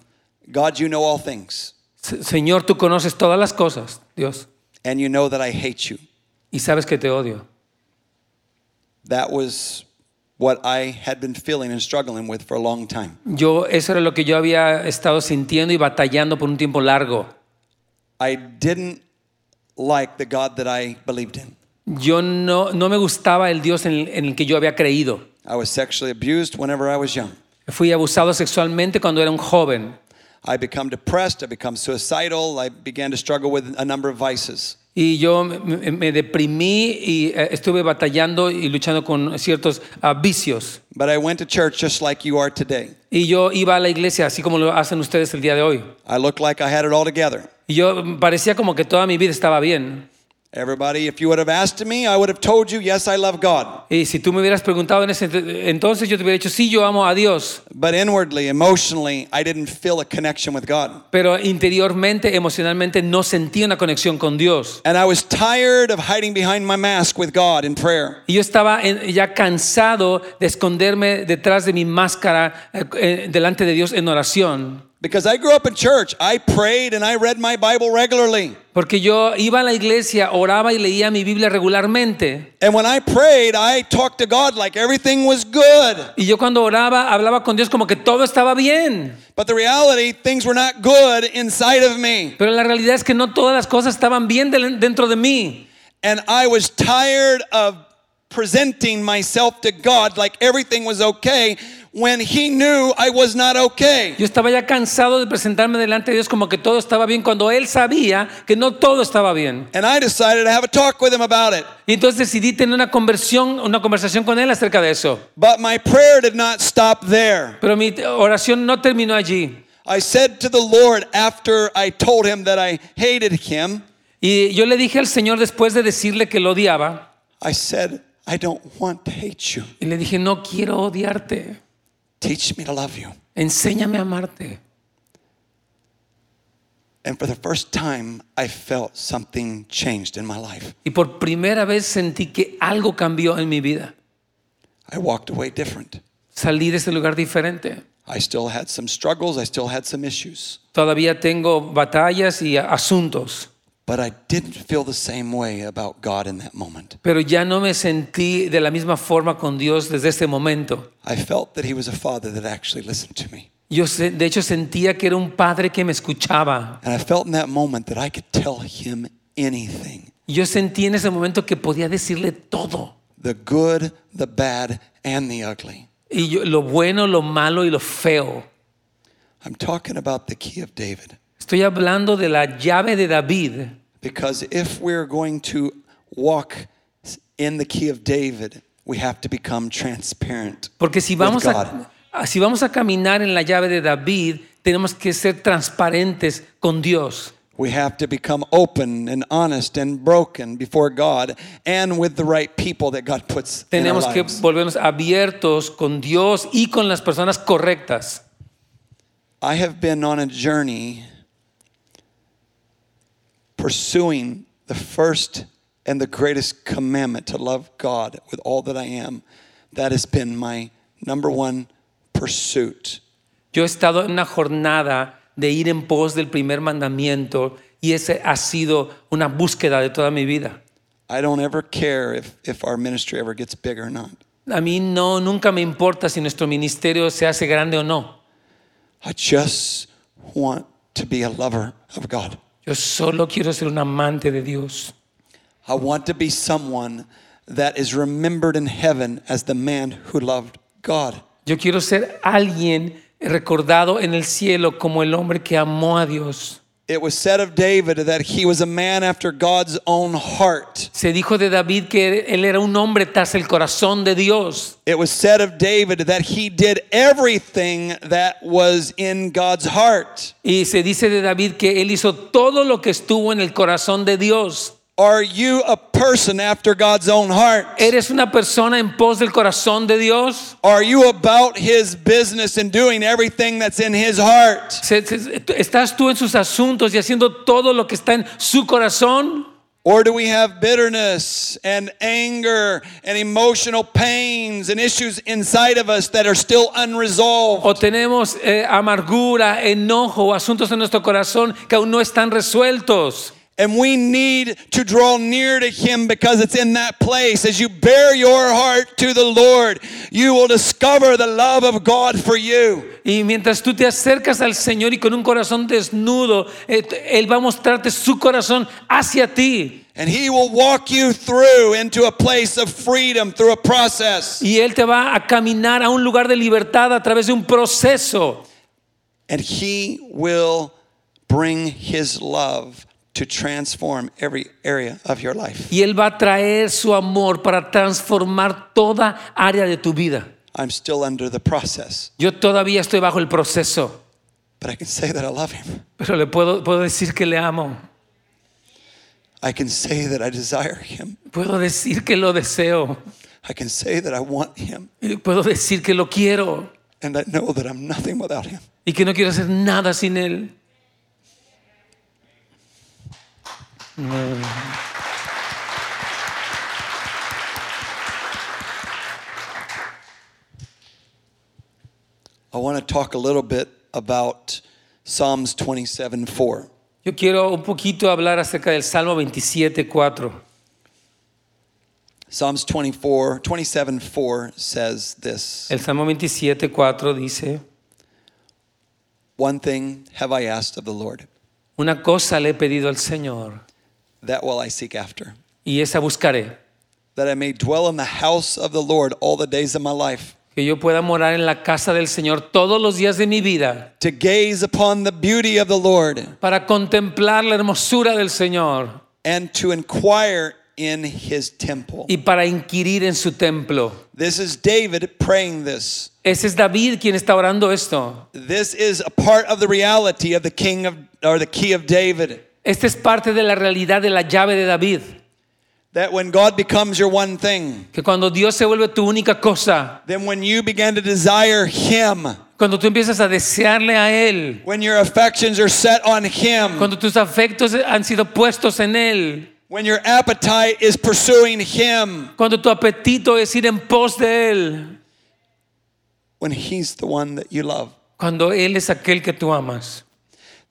God, you know all things, "Se- Señor, tú conoces todas las cosas, Dios, and you know that I hate you. y sabes que te odio. That was what I had been feeling and struggling with for a long time. Yo, eso era lo que yo había estado sintiendo y batallando por un tiempo largo. I didn't like the God that I believed in. Yo no, no me gustaba el Dios en el, en el que yo había creído. I was sexually abused whenever I was young. Fui abusado sexualmente cuando era un joven I become depressed, I become suicidal, I began to struggle with a number of vices. Y yo me, me deprimí y eh, estuve batallando y luchando con ciertos ah, vicios. But I went to church just like you are today. Y yo iba a la iglesia, así como lo hacen ustedes el día de hoy. I looked like I had it all together. Y yo parecía como que toda mi vida estaba bien. Everybody, if you would have asked me, I would have told you, yes, I love God. Y si tú me hubieras preguntado en ese entonces, yo te hubiera dicho, sí, yo amo a Dios. But inwardly, emotionally, I didn't feel a connection with God. Pero interiormente, emocionalmente, no sentía una conexión con Dios. And I was tired of hiding behind my mask with God in prayer. Y yo estaba en- ya cansado de esconderme detrás de mi máscara eh, eh, delante de Dios en oración. Because I grew up in church, I prayed and I read my Bible regularly. Porque yo iba a la iglesia, oraba y leía mi Biblia regularmente. And when I prayed, I talked to God like everything was good. Y yo cuando oraba, hablaba con Dios como que todo estaba bien. But the reality, things were not good inside of me. Pero la realidad es que no todas las cosas estaban bien del- dentro de mí. And I was tired of presenting myself to God like everything was okay when He knew I was not okay. Yo estaba ya cansado de presentarme delante de Dios como que todo estaba bien cuando Él sabía que no todo estaba bien. And I decided to have a talk with Him about it. Y entonces decidí tener una, conversión, una conversación con Él acerca de eso. But my prayer did not stop there. Pero mi oración no terminó allí. I said to the Lord after I told Him that I hated Him, Y yo le dije al Señor después de decirle que lo odiaba, I said, I don't want to hate you. y le dije, no quiero odiarte, Teach me to love you. enséñame a amarte. And for the first time, I felt something changed in my life. Y por primera vez sentí que algo cambió en mi vida. I walked away different. Salí de ese lugar diferente. I still had some struggles, I still had some issues, Todavía tengo batallas y a- asuntos, but I didn't feel the same way about God in that moment. pero ya no me sentí de la misma forma con Dios desde ese momento. I felt that He was a Father that actually listened to me. Yo se- de hecho sentía que era un padre que me escuchaba. And I felt in that moment that I could tell Him anything Yo sentí en ese momento que podía decirle todo. the good, the bad, and the ugly. Y yo- lo bueno, lo malo y lo feo. I'm talking about the key of David. Estoy hablando de la llave de David. Because if we're going to walk in the key of David, we have to become transparent. Porque si with vamos, God. a, si vamos a caminar en la llave de David, tenemos que ser transparentes con Dios. We have to become open and honest and broken before God and with the right people that God puts in our Tenemos que lives. volvernos abiertos con Dios y con las personas correctas. I have been on a journey pursuing the first and the greatest commandment to love God with all that I am. That has been my number one pursuit. Yo he estado en una jornada de ir en pos del primer mandamiento y ese ha sido una búsqueda de toda mi vida. I don't ever care if, if our ministry ever gets big or not. A mí no, nunca me importa si nuestro ministerio se hace grande o no. I just want to be a lover of God. Yo solo quiero ser un amante de Dios. I want to be someone that is remembered in heaven as the man who loved God. Yo quiero ser alguien recordado en el cielo como el hombre que amó a Dios. It was said of David that he was a man after God's own heart. Se dijo de David que él era un hombre tras el corazón de Dios. It was said of David that he did everything that was in God's heart. Y se dice de David que él hizo todo lo que estuvo en el corazón de Dios. Are you a person after God's own heart? ¿Eres una persona en pos del corazón de Dios? Are you about his business and doing everything that's in his heart? ¿Se- se- ¿Estás tú en sus asuntos y haciendo todo lo que está en su corazón? Or do we have bitterness and anger and emotional pains and issues inside of us that are still unresolved? ¿O tenemos eh, amargura, enojo o asuntos en nuestro corazón que aún no están resueltos? And we need to draw near to Him because it's in that place. As you bear your heart to the Lord, you will discover the love of God for you. Y mientras tú te acercas al Señor y con un corazón desnudo, eh, t- Él va a mostrarte su corazón hacia ti. And He will walk you through into a place of freedom through a process. Y Él te va a caminar a un lugar de libertad a través de un proceso. And He will bring His love to transform every area of your life. Y Él va a traer su amor para transformar toda área de tu vida. I'm still under the process, Yo todavía estoy bajo el proceso, but I can say that I love Him. pero le puedo, puedo decir que le amo. I can say that I desire Him. Puedo decir que lo deseo. I can say that I want Him. Y Puedo decir que lo quiero And I know that I'm nothing without Him. y que no quiero hacer nada sin Él. I want to talk a little bit about Psalms 27 4. Yo quiero un poquito hablar acerca del Salmo 27, 4. Psalms 24, 27 4 says this El Salmo 27, 4 dice, One thing have I asked of the Lord, una cosa le he pedido al Señor that will I seek after, y esa buscaré, that I may dwell in the house of the Lord all the days of my life, que yo pueda morar en la casa del Señor todos los días de mi vida to gaze upon the beauty of the Lord, para contemplar la hermosura del Señor and to inquire in his temple. y para inquirir en su templo. This is David praying this. Ese es David quien está orando esto. This is a part of the reality of the king of or the key of David. Esta Este es parte de la realidad de la llave de David, That when God becomes your one thing, que cuando Dios se vuelve tu única cosa, then when you begin to desire him, cuando tú empiezas a desearle a Él, when your affections are set on him, cuando tus afectos han sido puestos en Él, when your appetite is pursuing him, cuando tu apetito es ir en pos de Él, when he's the one that you love. cuando Él es aquel que tú amas,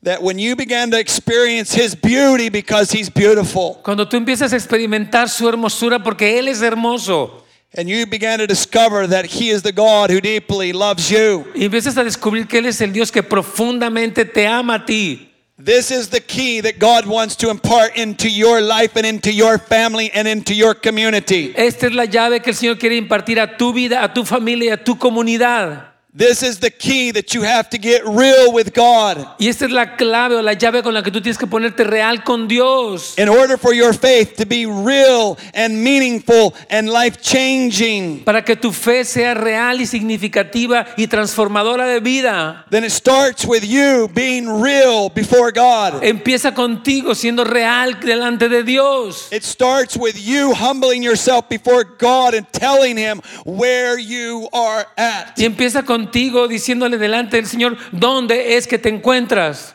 That when you begin to experience his beauty because he's beautiful, cuando tú empiezas a experimentar su hermosura porque Él es hermoso and you begin to discover that he is the God who deeply loves you. y empiezas a descubrir que Él es el Dios que profundamente te ama a ti. This is the key that God wants to impart into your life and into your family and into your community. Esta es la llave que el Señor quiere impartir a tu vida, a tu familia y a tu comunidad. This is the key that you have to get real with God Y esta es la clave o la llave con la que tú tienes que ponerte real con Dios. in order for your faith to be real and meaningful and life changing. Para que tu fe sea real y significativa y transformadora de vida. Then it starts with you being real before God. Empieza contigo siendo real delante de Dios. It starts with you humbling yourself before God and telling Him where you are at. Y empieza contigo diciéndole delante del Señor, ¿dónde es que te encuentras?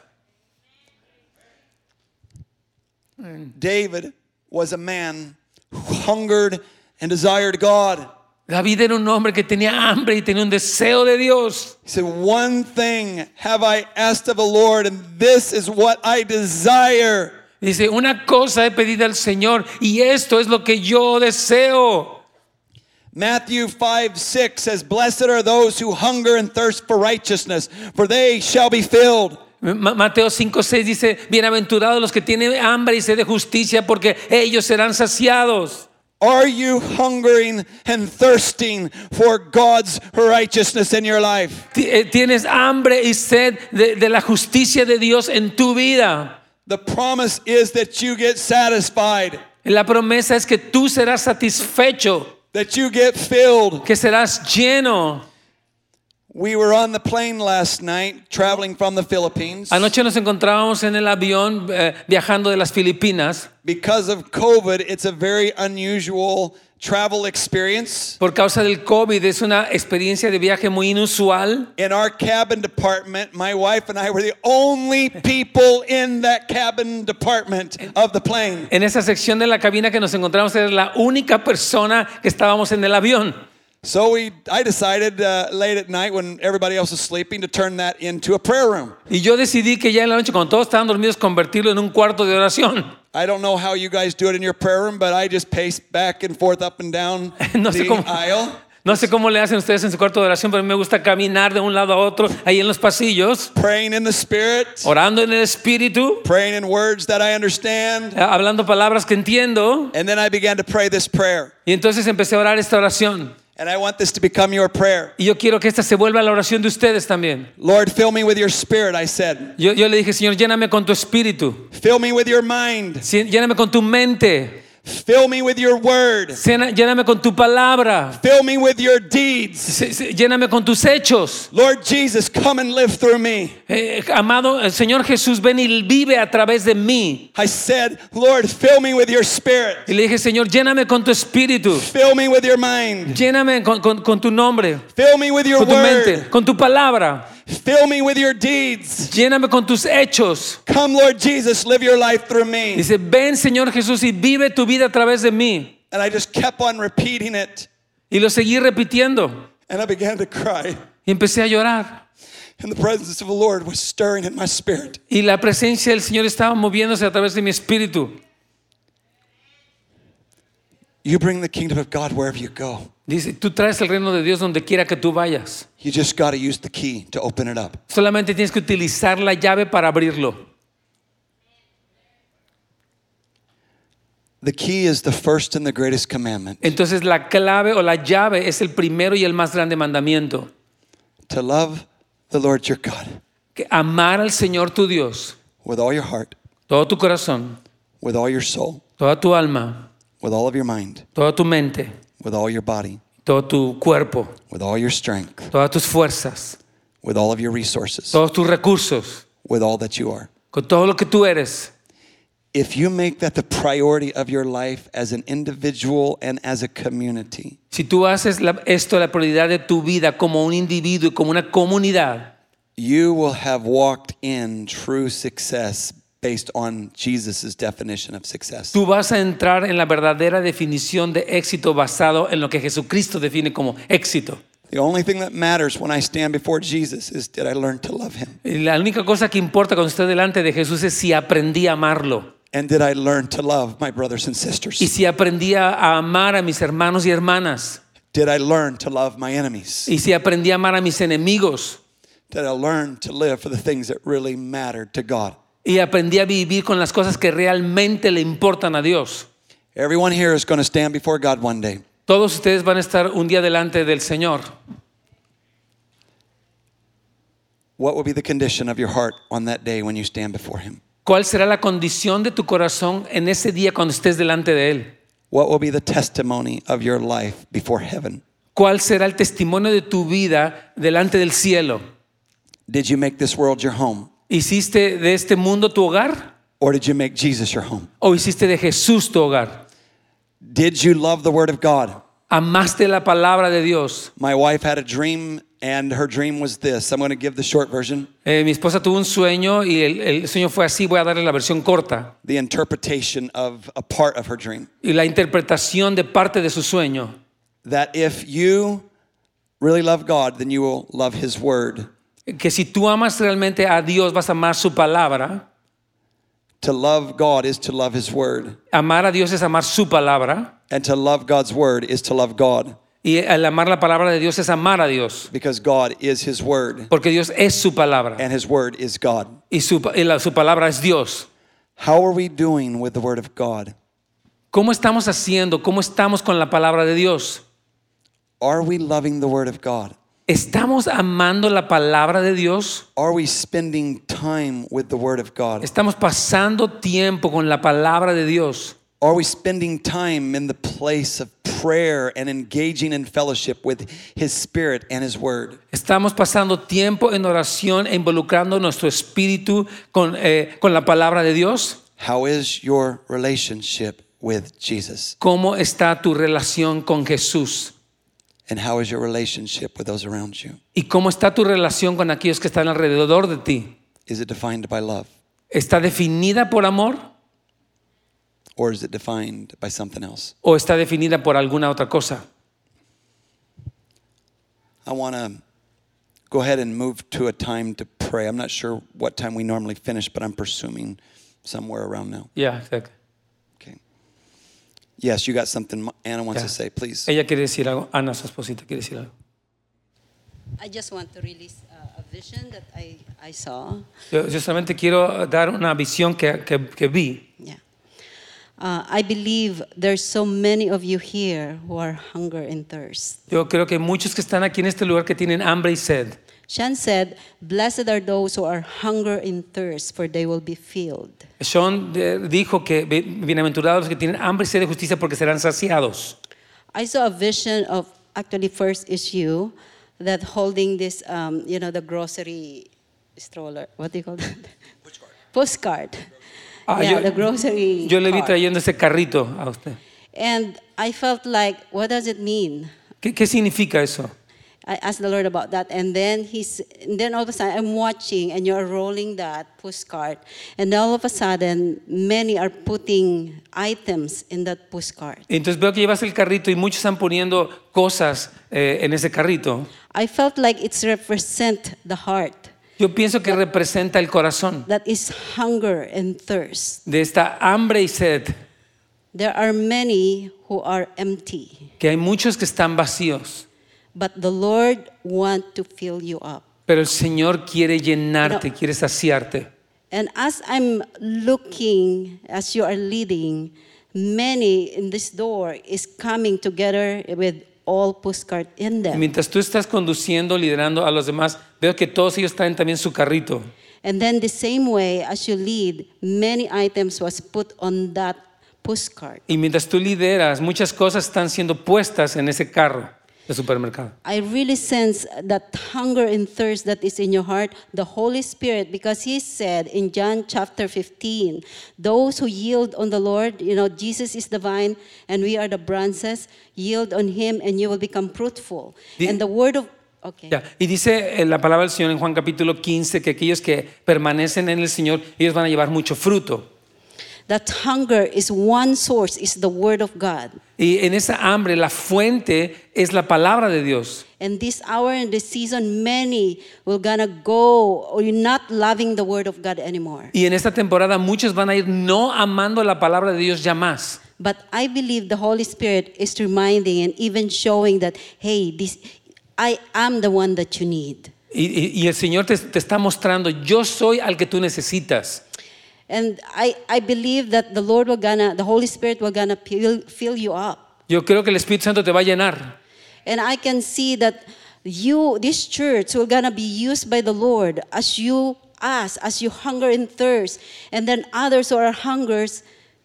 David was a man who hungered and desired God. David era un hombre que tenía hambre y tenía un deseo de Dios. He said, One thing have I asked of the Lord, and this is what I desire. Dice, una cosa he pedido al Señor y esto es lo que yo deseo. Matthew 5 6 says, Blessed are those who hunger and thirst for righteousness, for they shall be filled. Ma- Mateo 5, 6 dice, bienaventurados los que tienen hambre y sed de justicia, porque ellos serán saciados. Are you hungering and thirsting for God's righteousness in your life? Ti- eh, Tienes hambre y sed de, de la justicia de Dios en tu vida. The promise is that you get satisfied, La promesa es que tú serás satisfecho, that you get filled. que serás lleno. We were on the plane last night traveling from the Philippines. Anoche nos encontrábamos en el avión eh, viajando de las Filipinas. Because of COVID, it's a very unusual travel experience. Por causa del COVID es una experiencia de viaje muy inusual. In our cabin department, my wife and I were the only people in that cabin department of the plane. En esa sección de la cabina que nos encontramos eres la única persona que estábamos en el avión. So we, I decided uh, late at night when everybody else was sleeping to turn that into a prayer room. Y yo decidí que ya en la noche, cuando todos estaban dormidos, convertirlo en un cuarto de oración. I don't know how you guys do it in your prayer room, but I just pace back and forth, up and down No sé the cómo. aisle, No sé cómo le hacen ustedes en su cuarto de oración, pero a mí me gusta caminar de un lado a otro, ahí en los pasillos, praying in the Spirit, orando en el Espíritu, praying in words that I understand. eh, hablando palabras que entiendo. And then I began to pray this prayer. Y entonces empecé a orar esta oración. And I want this to become your prayer. Y yo quiero que esta se vuelva la oración de ustedes también. Lord, fill me with your spirit, I said. Yo, yo le dije, Señor, lléname con tu espíritu, Fill me with your mind. Sí, lléname con tu mente, Fill me with your word. Llena- lléname con tu palabra, Fill me with your deeds. Sí, sí, lléname con tus hechos. Lord Jesus, come and live through me. Eh, amado eh, Señor Jesús, ven y vive a través de mí. I said, Lord, fill me with your spirit. Y le dije, Señor, lléname con tu espíritu, Fill me with your mind. lléname con, con- con tu nombre, Fill me with your con tu mente, word. con tu palabra, Fill me with your deeds. lléname con tus hechos. Come, Lord Jesus, live your life through me. Dice, ven Señor Jesús y vive tu vida a través de mí. And I just kept on repeating it. Y lo seguí repitiendo. And I began to cry. Y empecé a llorar. And the presence of the Lord was stirring in my spirit. Y la presencia del Señor estaba moviéndose a través de mi espíritu. You bring the kingdom of God wherever you go. Dice, tú traes el reino de Dios donde quiera que tú vayas. You just got to use the key to open it up. Solamente tienes que utilizar la llave para abrirlo. The key is the first and the greatest commandment Entonces la clave o la llave es el primero y el más grande mandamiento. to love the Lord your God Que amar al Señor tu Dios, with all your heart, todo tu corazón, with all your soul, toda tu alma, with all of your mind, toda tu mente, with all your body, todo tu cuerpo, with all your strength, todas tus fuerzas, with all of your resources, todos tus recursos, with all that you are. con todo lo que tú eres. If you make that the priority of your life as an individual and as a community, Si tú haces la- esto la prioridad de tu vida como un individuo y como una comunidad, you will have walked in true success based on Jesus' definition of success. tú vas a entrar en la verdadera definición de éxito basado en lo que Jesucristo define como éxito. The only thing that matters when I stand before Jesus is did I learn to love him? Y La única cosa que importa cuando esté delante de Jesús es si aprendí a amarlo And did I learn to love my brothers and y sisters? si aprendí a- a amar a mis hermanos y hermanas Did I learn to love my enemies? y si aprendí a amar a mis enemigos Did I learn to live for the things that really mattered to God? y aprendí a vivir con las cosas que realmente le importan a Dios. Everyone here is going to stand before God one day. Todos ustedes van a estar un día delante del Señor. What will be the condition of your heart on that day when you stand before him? ¿Cuál será la condición de tu corazón en ese día cuando estés delante de Él? What will be the testimony of your life before heaven? ¿Cuál será el testimonio de tu vida delante del cielo? Did you make this world your home? ¿Hiciste de este mundo tu hogar Or did you make Jesus your home? o hiciste de Jesús tu hogar? Did you love the Word of God? ¿Amaste la palabra de Dios? My wife had a dream, and her dream was this. I'm going to give the short version. Eh, mi esposa tuvo un sueño y el, el sueño fue así, voy a darle la versión corta. the interpretation of a part of her dream. Y la interpretación de parte de su sueño, That if you really love God, then you will love His Word. que si tú amas realmente a Dios vas a amar su palabra, To love God is to love His Word, amar a Dios es amar su palabra and to love God's Word is to love God, y el amar la palabra de Dios es amar a Dios, because God is His Word, porque Dios es su palabra and His Word is God. y su, pa- y la- su palabra es Dios. How are we doing with the Word of God? ¿Cómo estamos haciendo? ¿Cómo estamos con la palabra de Dios? Are we loving the Word of God? ¿Estamos amando la palabra de Dios? Are we spending time with the Word of God? ¿Estamos pasando tiempo con la palabra de Dios? Are we spending time in the place of prayer and engaging in fellowship with His Spirit and His Word? ¿Estamos pasando tiempo en oración e involucrando nuestro espíritu con, eh, con la palabra de Dios? How is your relationship with Jesus? ¿Cómo está tu relación con Jesús? And how is your relationship with those around you? ¿Y cómo está tu relación con aquellos que están alrededor de ti? Is it defined by love ¿Está definida por amor or is it defined by something else? o está definida por alguna otra cosa? I want to go ahead and move to a time to pray. I'm not sure what time we normally finish, but I'm presuming somewhere around now. Ya, exacto. Okay. Yes, you got something Anna wants Yeah. to say, please. Ella quiere decir algo. Ana, su esposita, quiere decir algo. I just want to release uh, a vision that I, I saw. Yo, yo solamente quiero dar una visión que, que- que vi. Yeah. Uh, I believe there's so many of you here who are hunger and thirst. Yo creo que muchos que están aquí en este lugar que tienen hambre y sed. Shan said, Blessed are those who are hunger and thirst, for they will be filled. Sean eh, dijo que bi- bienaventurados los que tienen hambre y sed de justicia porque serán saciados. I saw a vision of actually first issue that holding this, um, you know, the grocery stroller. What do you call that? Postcard. Ah, yeah, yo- the grocery. Yo le vi cart. trayendo ese carrito a usted. And I felt like, what does it mean? ¿Qué, qué significa eso? I asked the Lord about that, and then he's, and then all of a sudden I'm watching, and you're rolling that postcard, and all of a sudden many are putting items in that postcard. Entonces veo que llevas el carrito y muchos están poniendo cosas eh, en ese carrito. I felt like it's represent the heart Yo pienso que representa el corazón that is hunger and thirst. de esta hambre y sed, There are many who are empty, que hay muchos que están vacíos, but the Lord want to fill you up. pero el Señor quiere llenarte, quiere saciarte. And as I'm looking, as you are leading, many in this door is coming together with all postcard in them. Mientras tú estás conduciendo, liderando a los demás, veo que todos ellos traen también su carrito. and then the same way as you lead, many items was put on that postcard. Y mientras tú lideras, muchas cosas están siendo puestas en ese carro de supermercado. I really sense that hunger and thirst that is in your heart, the Holy Spirit, because He said in John chapter 15, those who yield on the Lord, you know, Jesus is the vine and we are the branches, yield on Him and you will become fruitful. The- and the word of, okay. Ya, Y dice eh, la palabra del Señor en Juan capítulo 15 que aquellos que permanecen en el Señor, ellos van a llevar mucho fruto. That hunger is one source, is the word of God. Y en esa hambre la fuente es la palabra de Dios. And this hour and this season, many will gonna go or you're not loving the word of God anymore. Y en esta temporada muchos van a ir no amando la palabra de Dios ya más. But I believe the Holy Spirit is reminding and even showing that, hey, this, I am the one that you need. Y, y- y el Señor te, te está mostrando, yo soy al que tú necesitas. And I, I believe that the Lord will gonna, the Holy Spirit will gonna fill, fill you up. Yo creo que el Espíritu Santo te va a llenar. And I can see that you, this church, will gonna be used by the Lord as you ask, as you hunger and thirst, and then others who are hungers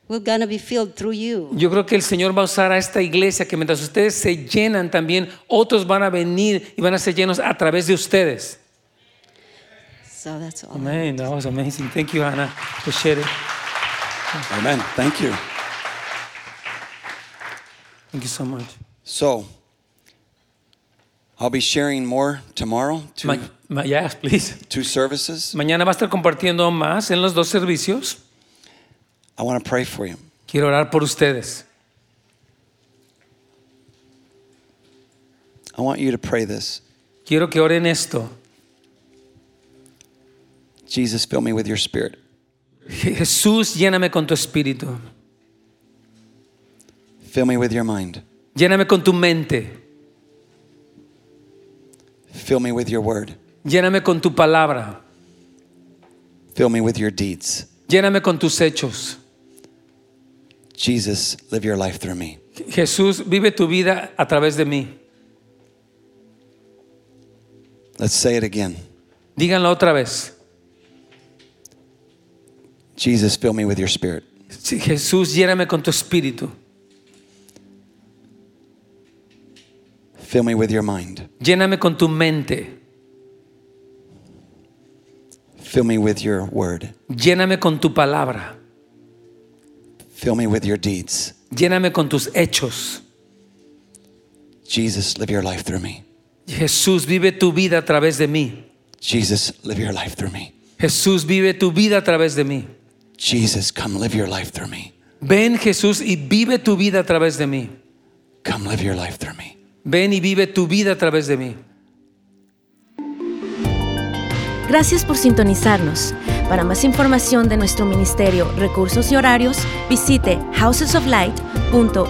will gonna be filled through you. Yo creo que el Señor va a usar a esta iglesia que mientras ustedes se llenan también, otros van a venir y van a ser llenos a través de ustedes. So that's all. Amén. That was amazing. Thank you, Ana, for sharing. Amen. Thank you. Thank you so much. So, I'll be sharing more tomorrow, two, Ma- ma- yes, please. two services. Mañana va a estar compartiendo más en los dos servicios. I want to pray for you. Quiero orar por ustedes. I want you to pray this Quiero que oren esto. Jesus, fill me with your spirit. Je- Jesús, lléname con tu espíritu. Fill me with your mind. Lléname con tu mente. Fill me with your word. Lléname con tu palabra. Fill me with your deeds. Lléname con tus hechos. Jesus, live your life through me. Je- Jesús, vive tu vida a través de mí. Let's say it again. Díganlo otra vez. Jesus, fill me with your spirit. Sí, Jesús, lléname con tu espíritu, Fill me with your mind. lléname con tu mente, Fill me with your word. lléname con tu palabra, Fill me with your deeds. lléname con tus hechos. Jesus, live your life through me. Jesús, vive tu vida a través de mí. Jesus, live your life through me. Jesús, vive tu vida a través de mí. Jesus, come live your life through me. Ven Jesús y vive tu vida a través de mí. Come live your life through me. Ven y vive tu vida a través de mí. Gracias por sintonizarnos. Para más información de nuestro ministerio, recursos y horarios, visite housesoflight.org.